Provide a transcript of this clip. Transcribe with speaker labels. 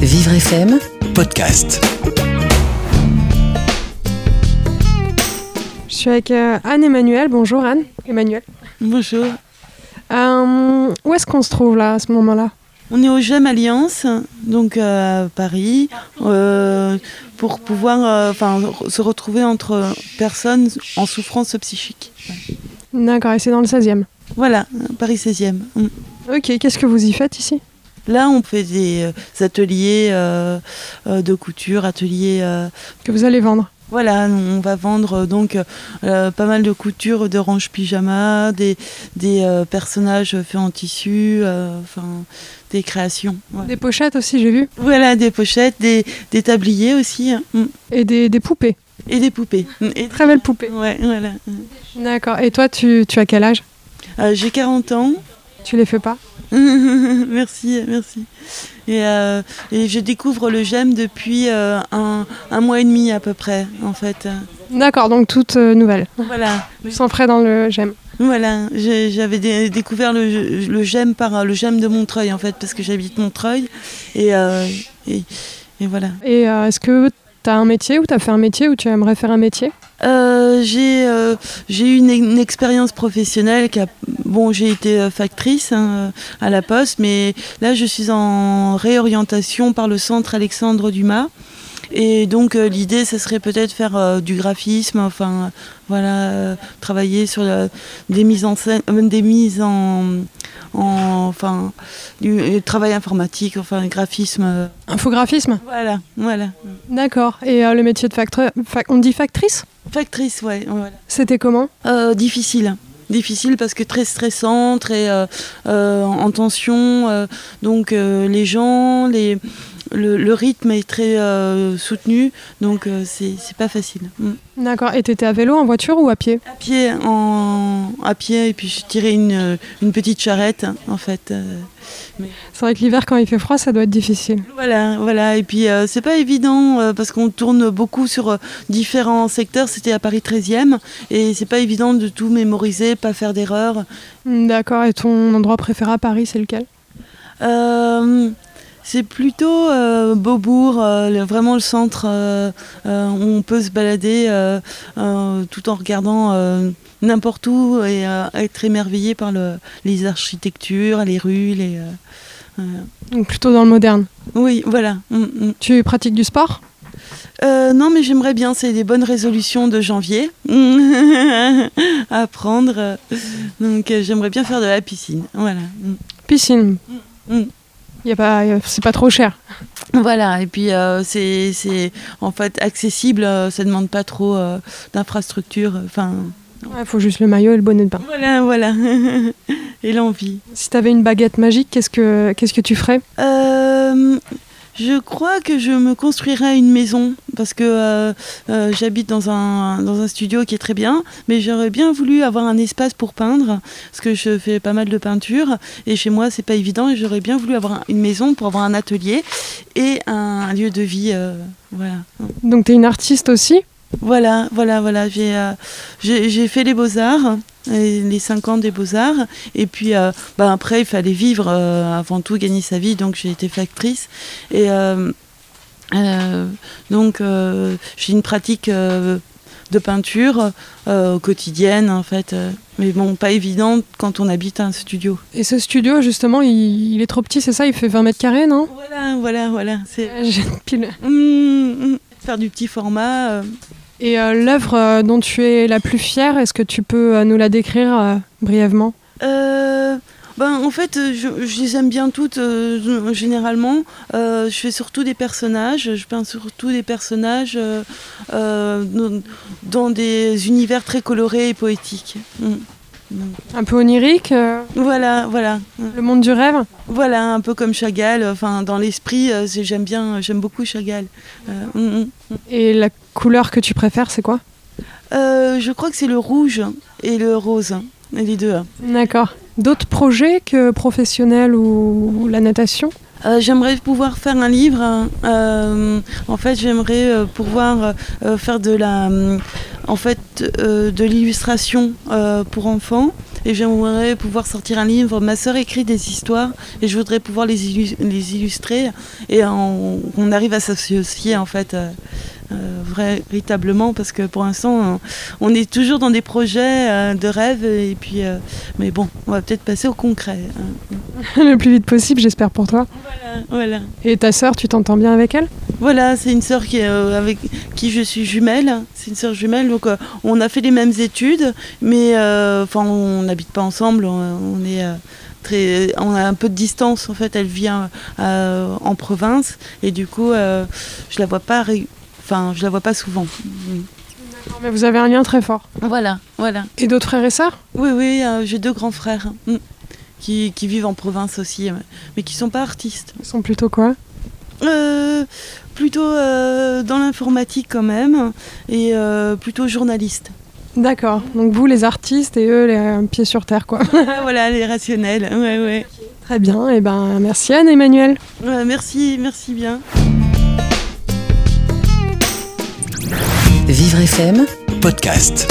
Speaker 1: Vivre FM,
Speaker 2: podcast.
Speaker 3: Je suis avec euh, Anne-Emmanuel. Bonjour Anne. Emmanuel.
Speaker 4: Bonjour.
Speaker 3: Euh, où est-ce qu'on se trouve là, à ce moment-là
Speaker 4: On est au GEM Alliance, donc euh, à Paris, euh, pour pouvoir euh, enfin, se retrouver entre personnes en souffrance psychique.
Speaker 3: D'accord, et c'est dans le 16e.
Speaker 4: Voilà, Paris 16e. Mm.
Speaker 3: Ok, qu'est-ce que vous y faites ici
Speaker 4: Là, on fait des euh, ateliers euh, euh, de couture, ateliers euh,
Speaker 3: Que vous allez vendre
Speaker 4: Voilà, on va vendre euh, donc euh, pas mal de coutures, de ranges pyjama, des, des euh, personnages faits en tissu, euh, enfin des créations. ouais.
Speaker 3: Des pochettes aussi, j'ai vu.
Speaker 4: Voilà, des pochettes, des, des tabliers aussi, hein, mm,
Speaker 3: Et des, des poupées.
Speaker 4: et des poupées. mm, et-
Speaker 3: Très belles poupées.
Speaker 4: Ouais, voilà.
Speaker 3: D'accord, et toi, tu, tu as quel âge
Speaker 4: Euh, J'ai 40 ans.
Speaker 3: Tu les fais pas
Speaker 4: merci, merci. Et, euh, et je découvre le GEM depuis euh, un, un mois et demi à peu près, en fait.
Speaker 3: D'accord, donc toute euh, nouvelle.
Speaker 4: Voilà.
Speaker 3: Sans frais dans le j'aime.
Speaker 4: Voilà, j'ai- j'avais dé- découvert le, le GEM par euh, le GEM de Montreuil en fait, parce que j'habite Montreuil. Et, euh, et, et voilà.
Speaker 3: Et euh, est-ce que t'as un métier ou t'as fait un métier ou tu aimerais faire un métier
Speaker 4: Euh, j'ai euh, j'ai eu une, une expérience professionnelle. Qui a- bon, j'ai été euh, factrice hein, euh, à la Poste, mais là, je suis en réorientation par le centre Alexandre Dumas. Et donc, euh, l'idée, ce serait peut-être faire euh, du graphisme, enfin, euh, voilà, euh, travailler sur la- des mises en scène, euh, des mises en. en- enfin, du du travail informatique, enfin, graphisme. euh,
Speaker 3: Infographisme
Speaker 4: voilà, voilà.
Speaker 3: D'accord, et euh, le métier de facteur... on dit factrice
Speaker 4: Factrice, ouais, voilà.
Speaker 3: C'était comment
Speaker 4: Euh, difficile. Difficile parce que très stressant, très euh, euh, en tension. euh, donc euh, les gens, les, le, le rythme est très euh, soutenu. Donc euh, c'est c'est pas facile. Mm.
Speaker 3: D'accord, et t'étais à vélo, en voiture ou à pied
Speaker 4: À pied, en, à pied et puis je tirais une, euh, une petite charrette hein, en fait. euh.
Speaker 3: C'est vrai que l'hiver, quand il fait froid, ça doit être difficile.
Speaker 4: Voilà, voilà. Et puis euh, c'est pas évident euh, parce qu'on tourne beaucoup sur euh, différents secteurs. C'était à Paris 13e et c'est pas évident de tout mémoriser, pas faire d'erreurs.
Speaker 3: Hmm, D'accord, et ton endroit préféré à Paris, c'est lequel
Speaker 4: Euh, c'est plutôt euh, Beaubourg, euh, le- vraiment le centre euh, euh, où on peut se balader euh, euh, tout en regardant euh, n'importe où et euh, être émerveillé par le- les architectures, les rues. Les, euh, euh,
Speaker 3: Donc plutôt dans le moderne.
Speaker 4: oui, voilà. Mm, mm.
Speaker 3: Tu pratiques du sport
Speaker 4: Euh, non, mais j'aimerais bien, c'est des bonnes résolutions de janvier à prendre. euh, Donc euh, j'aimerais bien faire de la piscine. Voilà. Mm.
Speaker 3: Piscine
Speaker 4: Mm.
Speaker 3: y a pas, y a- c'est pas trop cher.
Speaker 4: Voilà, et puis euh, c'est c'est, en fait accessible, euh, ça demande pas trop euh, d'infrastructures. Enfin,
Speaker 3: Il faut juste le maillot et le bonnet de bain.
Speaker 4: voilà, voilà. et l'envie.
Speaker 3: Si t'avais une baguette magique, qu'est-ce que qu'est-ce que tu ferais
Speaker 4: Euh, je crois que je me construirai une maison parce que euh, euh, j'habite dans un, dans un studio qui est très bien, mais j'aurais bien voulu avoir un espace pour peindre parce que je fais pas mal de peinture et chez moi c'est pas évident et j'aurais bien voulu avoir une maison pour avoir un atelier et un lieu de vie. euh, voilà.
Speaker 3: Donc t'es une artiste aussi
Speaker 4: Voilà, voilà, voilà. J'ai euh, j'ai- j'ai fait les beaux-arts, et les 5 ans des beaux-arts. Et puis euh, bah, après, il fallait vivre euh, avant tout, gagner sa vie. Donc j'ai été factrice. Et euh, euh, donc euh, j'ai une pratique euh, de peinture euh, quotidienne, en fait. euh, Mais bon, pas évidente quand on habite un studio.
Speaker 3: Et ce studio, justement, il, il est trop petit, c'est ça Il fait 20 mètres carrés, non
Speaker 4: Voilà, voilà, voilà. C'est
Speaker 3: Euh, j'ai une pile.
Speaker 4: Mmh, mmh. faire du petit format. euh,
Speaker 3: Et euh, l'œuvre euh, dont tu es la plus fière, est-ce que tu peux euh, nous la décrire euh, brièvement
Speaker 4: Euh, ben, en fait, euh, je, je les aime bien toutes, euh, généralement. Euh, je fais surtout des personnages, je peins surtout des personnages euh, euh, dans- dans des univers très colorés et poétiques. Mm.
Speaker 3: Un peu onirique, euh,
Speaker 4: Voilà, voilà. Mm.
Speaker 3: le monde du rêve
Speaker 4: Voilà, un peu comme Chagall, enfin, dans l'esprit, euh, c'est- j'aime bien, j'aime beaucoup Chagall. Euh, mm, mm.
Speaker 3: Et la couleur que tu préfères, c'est quoi
Speaker 4: Euh, je crois que c'est le rouge et le rose, et les deux. hein.
Speaker 3: D'accord. D'autres projets que professionnels ou la natation
Speaker 4: Euh, j'aimerais pouvoir faire un livre. hein. Euh, en fait, j'aimerais euh, pouvoir euh, euh, faire de la, hum, en fait, euh, de l'illustration euh, pour enfants. et j'aimerais pouvoir sortir un livre. Ma sœur écrit des histoires et je voudrais pouvoir les, illu- les illustrer et on, on arrive à s'associer en fait euh, euh, véritablement parce que pour l'instant on, on est toujours dans des projets euh, de rêve et puis euh, mais bon on va peut-être passer au concret. hein.
Speaker 3: le plus vite possible, j'espère pour toi.
Speaker 4: Voilà, voilà.
Speaker 3: Et ta sœur, tu t'entends bien avec elle
Speaker 4: Voilà, c'est une sœur qui, est, euh, avec qui je suis jumelle. C'est une sœur jumelle, donc euh, on a fait les mêmes études, mais euh, enfin on n'habite pas ensemble. On, on est euh, très, on a un peu de distance en fait. Elle vit euh, euh, en province et du coup euh, je la vois pas, ré- enfin je la vois pas souvent.
Speaker 3: Non, mais vous avez un lien très fort.
Speaker 4: Voilà, voilà.
Speaker 3: Et d'autres frères et sœurs
Speaker 4: Oui, oui, euh, j'ai deux grands frères mm, qui, qui vivent en province aussi, ouais, mais qui sont pas artistes.
Speaker 3: Ils sont plutôt quoi
Speaker 4: Euh, plutôt euh, dans l'informatique quand même et euh, plutôt journaliste.
Speaker 3: D'accord. Donc vous, les artistes, et eux, les euh, pieds sur terre, quoi.
Speaker 4: Ah, voilà, les rationnels. Ouais, ouais.
Speaker 3: très bien. Et ben, merci Anne-Emmanuel.
Speaker 4: Ouais, merci, merci bien.
Speaker 1: Vivre FM.
Speaker 2: podcast.